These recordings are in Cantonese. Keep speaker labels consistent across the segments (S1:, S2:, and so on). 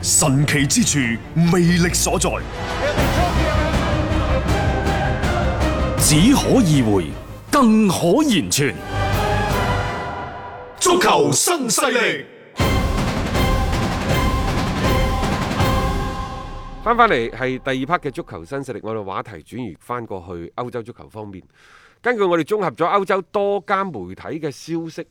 S1: 神奇之處，魅力所在，
S2: 只可意會，更可言傳。
S1: 足球新勢力。
S3: 翻翻嚟係第二 part 嘅足球新勢力，我哋話題轉移翻過去歐洲足球方面。根據我哋綜合咗歐洲多間媒體嘅消息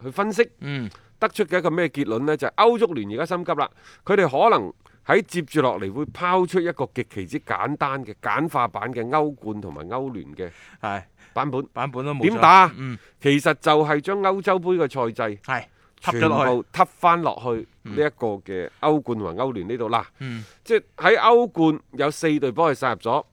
S3: 去分析，嗯，得出嘅一個咩結論呢？就係、歐足聯而家心急啦，佢哋可能喺接住落嚟會拋出一個極其之簡單嘅簡化版嘅歐冠同埋歐聯嘅
S4: 係
S3: 版本。
S4: 版本都冇咗
S3: 點打？
S4: 嗯，
S3: 其實就係將歐洲杯嘅賽制。
S4: 係插
S3: 全
S4: 咗落去
S3: 部揼翻落去呢一個嘅歐冠同埋歐聯呢度啦。
S4: 嗯
S3: 即係喺歐冠有四隊波係殺入咗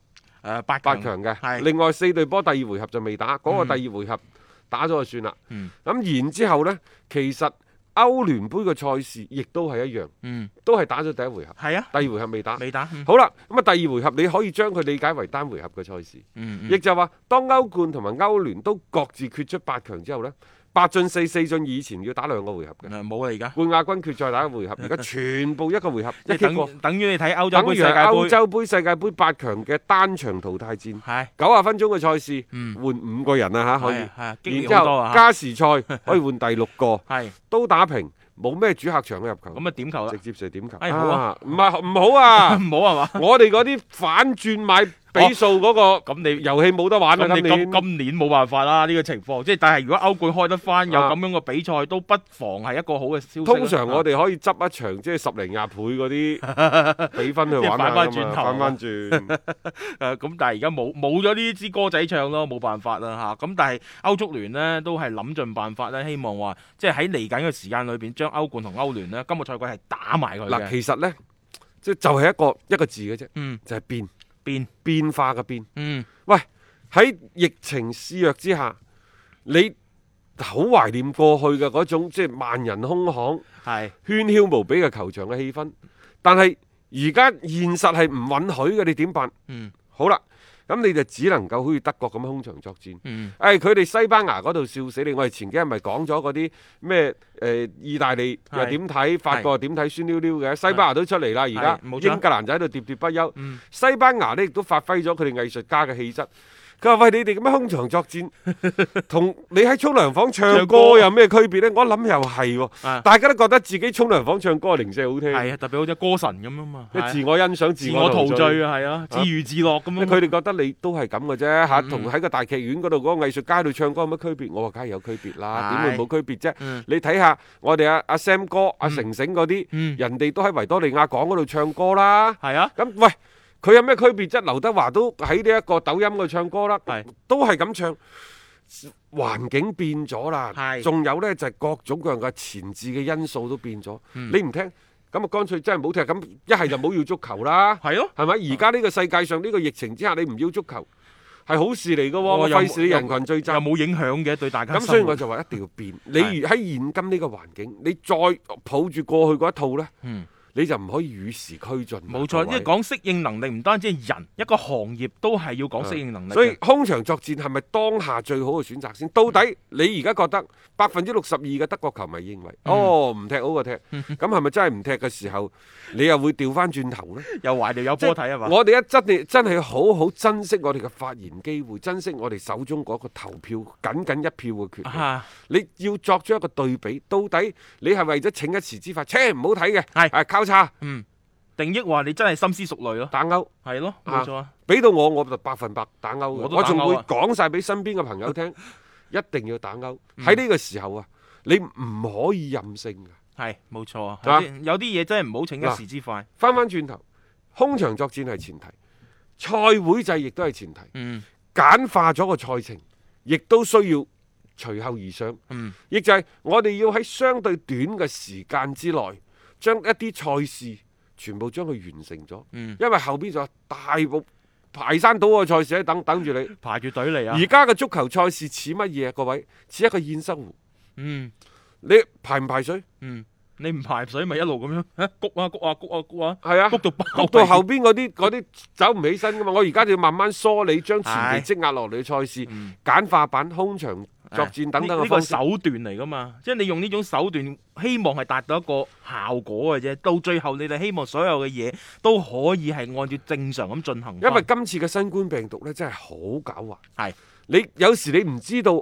S4: 誒八
S3: 八強嘅，
S4: 嗯係
S3: 另外四隊波第二回合就未打，嗰、個第二回合打咗就算啦。咁、
S4: 嗯
S3: 然之後呢，其實歐聯杯嘅賽事亦都係一樣，
S4: 嗯
S3: 都係打咗第一回合，
S4: 係啊，
S3: 第二回合未打。
S4: 未打嗯
S3: 好啦，咁啊第二回合你可以將佢理解為單回合嘅賽事，亦、
S4: 嗯
S3: 就話當歐冠同埋歐聯都各自決出八強之後呢，八進四、四進二以前要打兩個回合嘅。
S4: 誒冇啦而家，
S3: 冠亞軍決賽打一回合，而家全部一個回合
S4: 即
S3: 一
S4: 係
S3: 擊過，
S4: 等等於你睇歐洲
S3: 等
S4: 杯世
S3: 於
S4: 界
S3: 係歐
S4: 盃
S3: 洲杯世界盃八強嘅單場淘汰戰，
S4: 係
S3: 九十分鐘嘅賽事
S4: 嗯
S3: 換五個人啊嚇可
S4: 係係激
S3: 以，
S4: 烈
S3: 然之
S4: 好多
S3: 後
S4: 啊
S3: 加 時賽可以換第六個，
S4: 係
S3: 都打平，冇咩主客場嘅入球，
S4: 咁啊點球啦
S3: 直，接射點球
S4: 哎好啊，
S3: 唔係唔好 啊！
S4: 唔好係嘛？
S3: 我哋嗰啲反轉買比數嗰個
S4: 咁你
S3: 遊戲冇得玩啦，
S4: 咁
S3: 今
S4: 你今
S3: 年
S4: 今年冇辦法啦，呢個情況，即係但係如果歐冠開得翻有
S3: 啊
S4: 咁樣嘅比賽，都不妨係一個好嘅消息啦。
S3: 通常
S4: À.
S3: 我
S4: 啊
S3: 哋可以執一場即係十零廿倍嗰啲 比分去
S4: 即係
S3: 玩下
S4: 反返
S3: 㗎
S4: 轉
S3: 嘛
S4: 頭啊
S3: 反翻轉。
S4: 誒咁，但係而家冇冇咗呢支歌仔唱咯，冇辦法啦嚇。咁但係歐足聯呢，都係諗盡辦法咧，希望話即係喺嚟緊嘅時間裏邊，將歐冠同歐聯呢，今個賽季係打埋佢
S3: 嗱，
S4: 嘅。
S3: 其實呢，即就係一個一個字嘅啫，
S4: 嗯，
S3: 就係變
S4: 變
S3: 變化嘅變。
S4: 嗯
S3: 喂，喺疫情肆虐之下，你好懷念過去嘅嗰種即係萬人空巷、
S4: 係
S3: 喧囂無比嘅球場嘅氣氛，但係而家現實係唔允許嘅，你點辦？
S4: 嗯
S3: 好啦，咁你就只能夠好似德國咁空場作戰。
S4: 嗯
S3: 誒佢哋西班牙嗰度笑死你！我哋前幾日咪講咗嗰啲咩誒意大利又
S4: 係
S3: 點睇，法國又點睇，酸溜溜嘅西班牙都出嚟啦，而家
S4: 係冇錯
S3: 英格蘭就喺度喋喋不休。
S4: 嗯
S3: 西班牙呢亦都發揮咗佢哋藝術家嘅氣質。佢話：喂，你哋咁樣空 場作戰，同你喺沖涼房唱
S4: 唱
S3: 歌
S4: 歌
S3: 有咩區別呢？我諗又係喎，
S4: 啊
S3: 大家都覺得自己沖涼房唱歌零舍好聽，
S4: 係啊，特別好似歌神咁啊嘛，
S3: 即係
S4: 係
S3: 自
S4: 啊
S3: 我欣賞、自
S4: 自我陶醉
S3: 啊！
S4: 啊，係啊，自娛自樂咁樣。
S3: 佢哋覺得你都係咁嘅啫嚇，同喺個大劇院嗰度嗰個藝術家喺度唱歌有乜區別？我話梗係有區別啦，點
S4: 係
S3: 會冇區別啫？
S4: 嗯
S3: 你睇下我哋阿阿 Sam 哥、阿成成嗰啲，
S4: 嗯
S3: 人哋都喺維多利亞港嗰度唱歌啦。
S4: 係啊，
S3: 咁喂，佢有咩區別啫？劉德華都喺呢一個抖音嗰度唱歌啦
S4: 係，
S3: 都係咁唱。環境變咗啦，
S4: 係
S3: 仲有呢，就係、各種各樣嘅前置嘅因素都變咗。你唔聽，咁啊乾脆真係唔好踢，咁一係就唔好要足球啦。
S4: 係咯。
S3: 係咪？而家呢個世界上呢、個疫情之下，你唔要足球係好事嚟嘅
S4: 哦
S3: 喎，
S4: 又
S3: 費事你人群聚集
S4: 又。冇影響嘅對大家生
S3: 咁
S4: 活。
S3: 所以我就話一定要變。你
S4: 係
S3: 如喺現今呢個環境，你再抱住過去嗰一套呢，
S4: 嗯
S3: 你就唔可以與時俱進啦。
S4: 冇錯，
S3: 各
S4: 即
S3: 位
S4: 係講適應能力，唔單止係人，一個行業都係要講適應能力嘅。
S3: 所以空場作戰係咪當下最好嘅選擇先？到底你而家覺得百分之六十二嘅德國球迷認為，
S4: 嗯
S3: 哦唔踢好 過踢，咁係咪真係唔踢嘅時候，你又會調翻轉頭呢？
S4: 又懷念有波睇啊係嘛？
S3: 我哋一真係真係好好珍惜我哋嘅發言機會，珍惜我哋手中嗰個投票僅僅一票嘅權利。
S4: 啊
S3: 你要作出一個對比，到底你係為咗逞一時之快，切唔好睇嘅，
S4: 係
S3: 啊交叉，
S4: 嗯，定抑話你真係深思熟慮咯，
S3: 打歐。
S4: 係咯，
S3: 啊
S4: 冇錯啊，
S3: 俾到我我就百分百打歐嘅
S4: 我都
S3: 我
S4: 打
S3: 仲會
S4: 歐啊
S3: 講晒俾身邊嘅朋 友聽，一定要打歐。
S4: 嗯
S3: 喺呢個時候啊，你唔可以任性嘅。
S4: 係冇錯啊，有
S3: 啊
S4: 啲有啲嘢真係唔好逞一
S3: 嗱
S4: 時之快，
S3: 翻翻轉頭，空場作戰係前提，賽會制亦都係前提，
S4: 嗯
S3: 簡化咗個賽程，亦都需要隨後而上。
S4: 嗯，
S3: 亦就係我哋要喺相對短嘅時間之內，將一啲賽事全部將佢完成咗。
S4: 嗯
S3: 因為後邊仲有大部排山倒海嘅賽事喺等
S4: 嗯
S3: 等住你。
S4: 排住隊嚟啊
S3: 而，家嘅足球賽事似乜嘢啊？各位，似一個燕生湖，
S4: 嗯
S3: 你排唔排水？
S4: 嗯，你唔排水咪一路咁樣啊谷啊谷啊谷啊谷啊，
S3: 係啊，
S4: 谷到
S3: 谷
S4: 爆
S3: 到後邊嗰啲嗰啲走唔起身噶嘛。我而家就要慢慢梳理，將前期積壓落嚟嘅賽事
S4: 嗯
S3: 簡化版、空場作戰等等
S4: 呢呢
S3: 嘅
S4: 個
S3: 方式
S4: 手。段嚟噶嘛，即係你用呢種手段，希望係達到一個效果嘅啫。到最後你哋希望所有嘅嘢都可以係按照正常咁進行返。
S3: 因為今次嘅新冠病毒呢，真係好狡猾。
S4: 係
S3: 你有時你唔知道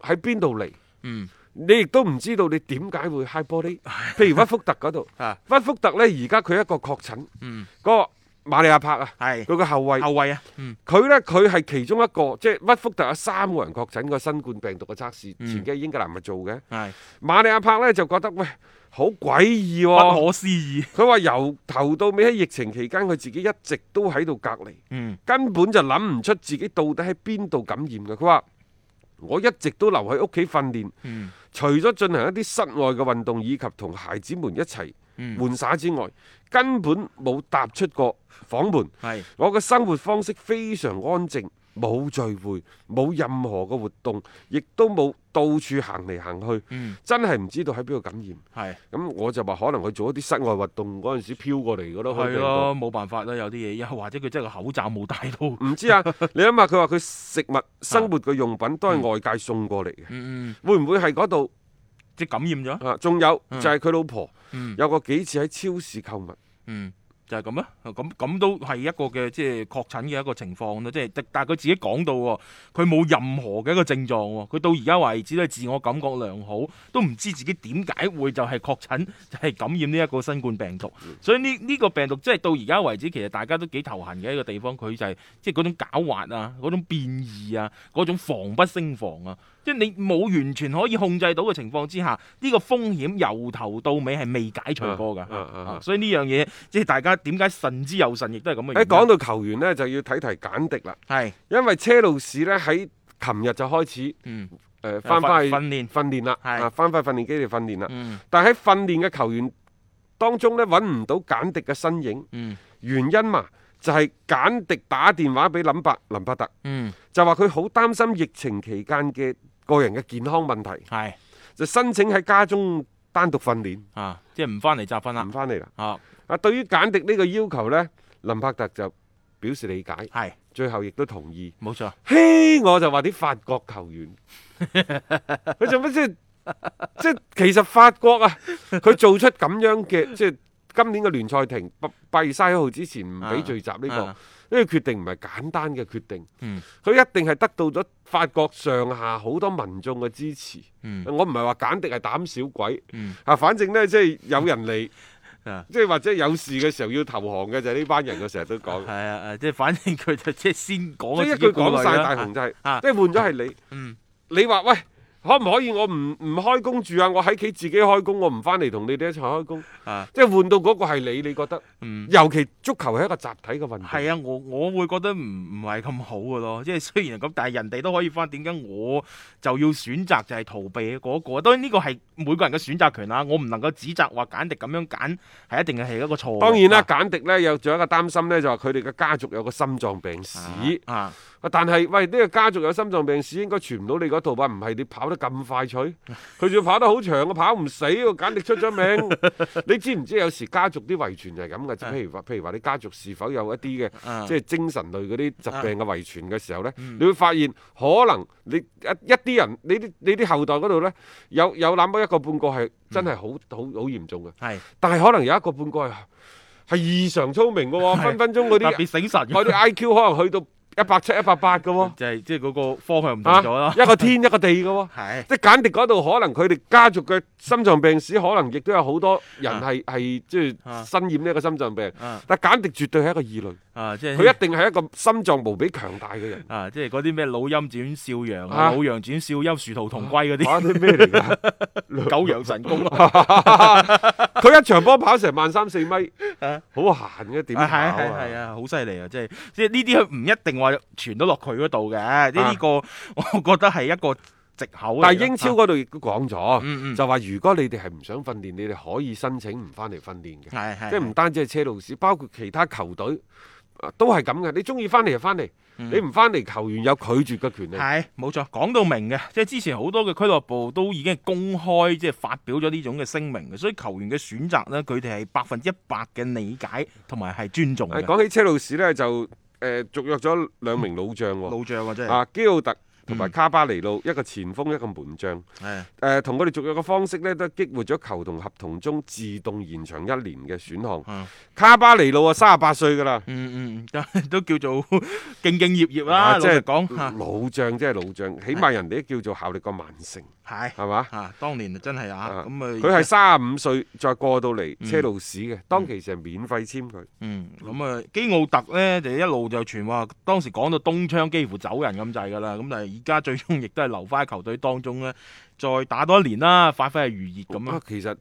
S3: 喺邊度嚟，
S4: 嗯
S3: 你亦都唔知道你點解會 high body。譬如屈福特嗰度，
S4: 啊
S3: 屈福特呢，而家佢一個確診，
S4: 嗯
S3: 嗰個馬利亞柏啊，
S4: 係
S3: 佢個後衞。
S4: 後衞啊，嗯
S3: 佢呢，佢係其中一個，即係屈福特有三個人確診個新冠病毒嘅測試，
S4: 嗯
S3: 前幾日英格蘭咪做嘅。
S4: 係
S3: 馬利亞柏呢就覺得喂好詭異喎，
S4: 不可思議。
S3: 佢話由頭到尾喺疫情期間，佢自己一直都喺度隔離，
S4: 嗯
S3: 根本就諗唔出自己到底喺邊度感染嘅。佢話我一直都留喺屋企訓練，
S4: 嗯
S3: 除咗進行一啲室外嘅運動以及同孩子們一齊
S4: 嗯，
S3: 玩耍之外，根本冇踏出過房門。
S4: 係
S3: 我嘅生活方式非常安靜，冇聚會，冇任何嘅活動，亦都冇到處行嚟行去，
S4: 嗯
S3: 真係唔知道喺邊度感染。
S4: 係
S3: 咁我就話可能佢做一啲室外活動嗰陣時飄過嚟嘅咯，佢
S4: 係咯，冇辦法啦，有啲嘢，又或者佢真係個口罩冇戴到。
S3: 病毒。唔知啊， 你諗下佢話佢食物、生活嘅用品都係外界送過嚟嘅，
S4: 嗯嗯，
S3: 會唔會係嗰度
S4: 即係感染咗。
S3: 啊？仲有
S4: 嗯
S3: 就係佢老婆
S4: 嗯
S3: 有過幾次喺超市購物，
S4: 嗯，就係咁啦，咁咁都係一個嘅即係確診嘅一個情況咯，即係但係佢自己講到喎，佢冇任何嘅一個症狀喎，佢到而家為止都係自我感覺良好，都唔知自己點解會就係確診， 就係、感染呢一個新冠病毒，所以呢呢、個病毒即係到而家為止，其實大家都幾頭痕嘅一個地方，佢就係即係嗰種狡猾啊，嗰種變異啊，嗰種防不勝防啊，即係你冇完全可以控制到嘅情況之下，呢、個風險由頭到尾係未解除過㗎。
S3: 啊啊啊
S4: 啊所以呢樣嘢即係大家點解慎之又慎，亦都係咁嘅原
S3: 喺
S4: 因。
S3: 講到球員呢，就要睇睇簡迪啦，
S4: 係
S3: 因為車路士呢，喺琴日就開始
S4: 嗯
S3: 誒翻返去啊
S4: 訓訓練
S3: 訓練啦，
S4: 係
S3: 啊翻返去訓練基地訓練啦。
S4: 嗯
S3: 但喺訓練嘅球員當中呢，揾唔到簡迪嘅身影，
S4: 嗯
S3: 原因嘛就係、簡迪打電話俾林伯林伯特，
S4: 嗯
S3: 就話佢好擔心疫情期間嘅個人嘅健康問題，
S4: 係
S3: 就申請喺家中單獨訓練，
S4: 啊，即係唔翻嚟集訓啦
S3: 唔翻嚟啦。
S4: 啊，
S3: 啊，對於簡迪呢個要求呢，林伯特就表示理解，
S4: 係
S3: 最後亦都同意。
S4: 冇錯，
S3: 嘿，我就話啲法國球員， 佢做乜即係 即係其實法國啊，佢做出咁樣 嘅即係今年嘅聯賽停八八月三十一號之前唔俾聚集呢、個呢
S4: 啊、
S3: 個決定唔係簡單嘅決定，佢、
S4: 嗯
S3: 一定係得到咗法國上下好多民眾嘅支持。
S4: 嗯
S3: 我唔係話簡迪係膽小鬼，
S4: 嗯
S3: 啊，反正呢，即係有人嚟
S4: 啊。
S3: 即係或者有事嘅時候要投降嘅就係呢班人，我成日都講。
S4: 係啊啊，即係反正佢就即係先講咗
S3: 嗯即係一
S4: 自己
S3: 句
S4: 顧
S3: 講
S4: 慮
S3: 晒，
S4: 啦
S3: 大雄就係
S4: 啊，
S3: 即係換咗係你。
S4: 嗯
S3: 你話喂，可唔可以我唔唔開工住啊？我喺企自己開工，我唔翻嚟同你哋一齊開工。
S4: 啊
S3: 即係換到嗰個係你，你覺得？
S4: 嗯。
S3: 尤其足球係一個集體嘅運動。
S4: 係啊，我我會覺得唔唔係咁好嘅咯，即係 雖然係咁，但係人哋都可以翻，點解我就要選擇就係逃避嗰、個？當然呢個係每個人嘅選擇權啦，我唔能夠指責話簡迪咁樣揀係一定係一個錯嘅。
S3: 當然啦，簡迪呢有仲有一個擔心呢，就係佢哋嘅家族有個心臟病史。
S4: 啊啊
S3: 但係喂，呢、個家族有心臟病史應該傳唔到你嗰度吧？唔係你跑得咁快脆， 佢仲要跑得好長，我跑唔死喎，簡直出咗 名。你知唔知有時家族啲遺傳就係咁嘅？就譬如話，譬如話你家族是否有一啲
S4: 啊
S3: 嘅即係精神類嗰啲疾病嘅遺傳嘅時候呢，
S4: 嗯
S3: 你會發現可能你一一啲人，你啲你啲後代嗰度呢，有有那麼一個半個係真
S4: 嗯
S3: 係好好好嚴重嘅，
S4: 係
S3: 但係可能有一個半個係係異常聰明嘅喎，
S4: 係
S3: 分分鐘 嗰
S4: 特
S3: 啲
S4: 別醒神嘅。
S3: 佢哋 I Q 可能去到一百七、一百八嘅喎，
S4: 就係即係嗰個方向唔同
S3: 啊
S4: 咗啦。
S3: 一個天一個地嘅喎。
S4: 係
S3: 即係簡迪嗰度，可能佢哋家族嘅心臟病史，可能亦都有好多人係係即
S4: 啊
S3: 係身染呢一個心臟病。
S4: 啊
S3: 但簡迪絕對係一個異類，
S4: 啊，即係。
S3: 佢一定係一個心臟無比強大嘅人
S4: 啊，即係嗰啲咩老陰轉少陽啊，
S3: 啊
S4: 老陽轉少陰，殊途同歸嗰 啲，
S3: 啊！啲咩 嚟㗎？
S4: 九陽神功啊，
S3: 佢一場波跑成萬三四米，好閒嘅點跑
S4: 係係係
S3: 啊？
S4: 啊，好犀利啊！即係即係呢啲佢唔一定話傳到落佢嗰度嘅，呢呢個 我覺得係一個藉口嚟嘅。
S3: 啊但係英超
S4: 啊
S3: 嗰度亦都講咗，
S4: 嗯嗯
S3: 就話如果你哋係唔想訓練，你哋可以申請唔翻嚟訓練嘅，
S4: 係係
S3: 即係唔單止係車路士，包括其他球隊啊都係咁嘅。你中意翻嚟就翻嚟，你唔翻嚟，球員有拒絕嘅權利。
S4: 嗯係冇錯，講到明嘅，即係之前好多嘅俱樂部都已經公開即係發表咗呢種嘅聲明嘅，所以球員嘅選擇呢，佢哋係百分一百嘅理解同埋係尊重
S3: 誒
S4: 嘅。
S3: 講起車路士呢，就誒、續約咗兩名老將喎，
S4: 老將嗯啊，真係
S3: 啊基奧特同埋卡巴尼路，一個前鋒一個門將。
S4: 係
S3: 誒同佢哋續約嘅方式呢，都激活咗球同合同中自動延長一年嘅選項。
S4: 嗯
S3: 卡巴尼路啊，三十八歲㗎啦。
S4: 嗯嗯，都都叫做兢兢業業啦。
S3: 啊
S4: 老
S3: 即
S4: 實
S3: 係
S4: 講嚇，
S3: 老將，即係老將，起碼人哋都叫做效力過曼城，
S4: 係
S3: 係嘛？
S4: 嚇，當年真係啊，
S3: 啊
S4: 咁啊，
S3: 佢係三十五歲再過到嚟車路士嘅，當其時係免費簽佢。
S4: 嗯咁啊，基奧特咧就一路就傳話，當時講到東窗幾乎走人咁滯㗎啦。咁但係而家最終亦都係留翻喺球隊當中咧，再打多一年啦，發揮係如熱咁
S3: 啊
S4: 啊。，
S3: 其實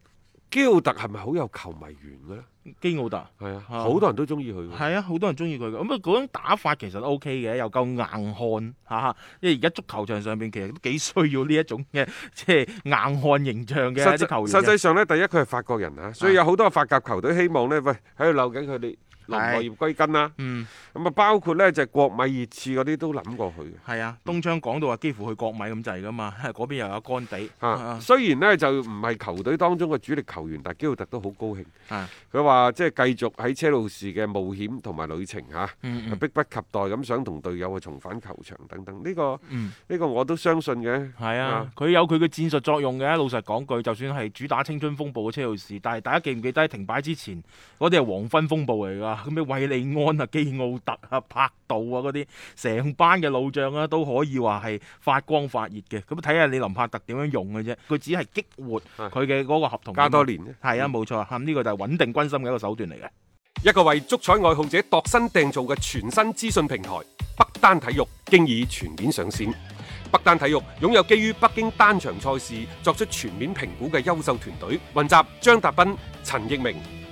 S3: 基奧特係咪好有球迷緣嘅咧？
S4: 基奧特。
S3: 係啊，
S4: 啊
S3: 好多人都中意佢喎。
S4: 係啊，好多人中意佢嘅。咁啊，嗰種打法其實 O K 嘅，又夠硬漢嚇、因為而家足球場上邊其實都幾需要呢一種嘅即係硬漢形象嘅
S3: 實
S4: 一啲球員
S3: 際實
S4: 嘅。
S3: 際上呢，第一佢係法國人啊，所以有好多法甲球隊希望呢，喂喺度漏緊佢哋落
S4: 係
S3: 荷葉歸根啦。
S4: 嗯，
S3: 咁啊，包括呢，就係國米熱刺嗰啲都諗過佢嘅。
S4: 係啊，東昌講到話幾乎去國米咁滯噶嘛， 嗰邊又有乾地
S3: 啊，雖然呢就唔係球隊當中嘅主力球員，但基奧特都好高興
S4: 啊。
S3: 佢話即係繼續喺車路士嘅冒險同埋旅程嚇，啊
S4: 嗯嗯
S3: 迫不及待咁想同隊友啊重返球場等等。呢個
S4: 嗯，
S3: 呢個我都相信嘅。
S4: 係啊
S3: 啊，
S4: 佢有佢嘅戰術作用嘅。老實講句，就算係主打青春風暴嘅車路士，但係大家記唔記得停擺之前嗰啲係黃昏風暴嚟㗎？咁 咩韋利安啊、基奧特啊、柏度啊嗰啲，成班嘅老將啊都可以話係發光發熱嘅。咁睇下你林柏特點樣用嘅啫，佢只係激活佢嘅嗰個合同。
S3: 啊加多年嗯呢，
S4: 係啊，冇錯啊，咁呢個就係穩定軍心嘅一個手段嚟嘅。
S3: 一個為足彩愛好者度身訂造嘅全新資訊平台北單體育，經已全面上線。北單體育擁有基於北京單場賽事作出全面評估嘅優秀團隊，雲集張達斌、陳奕明、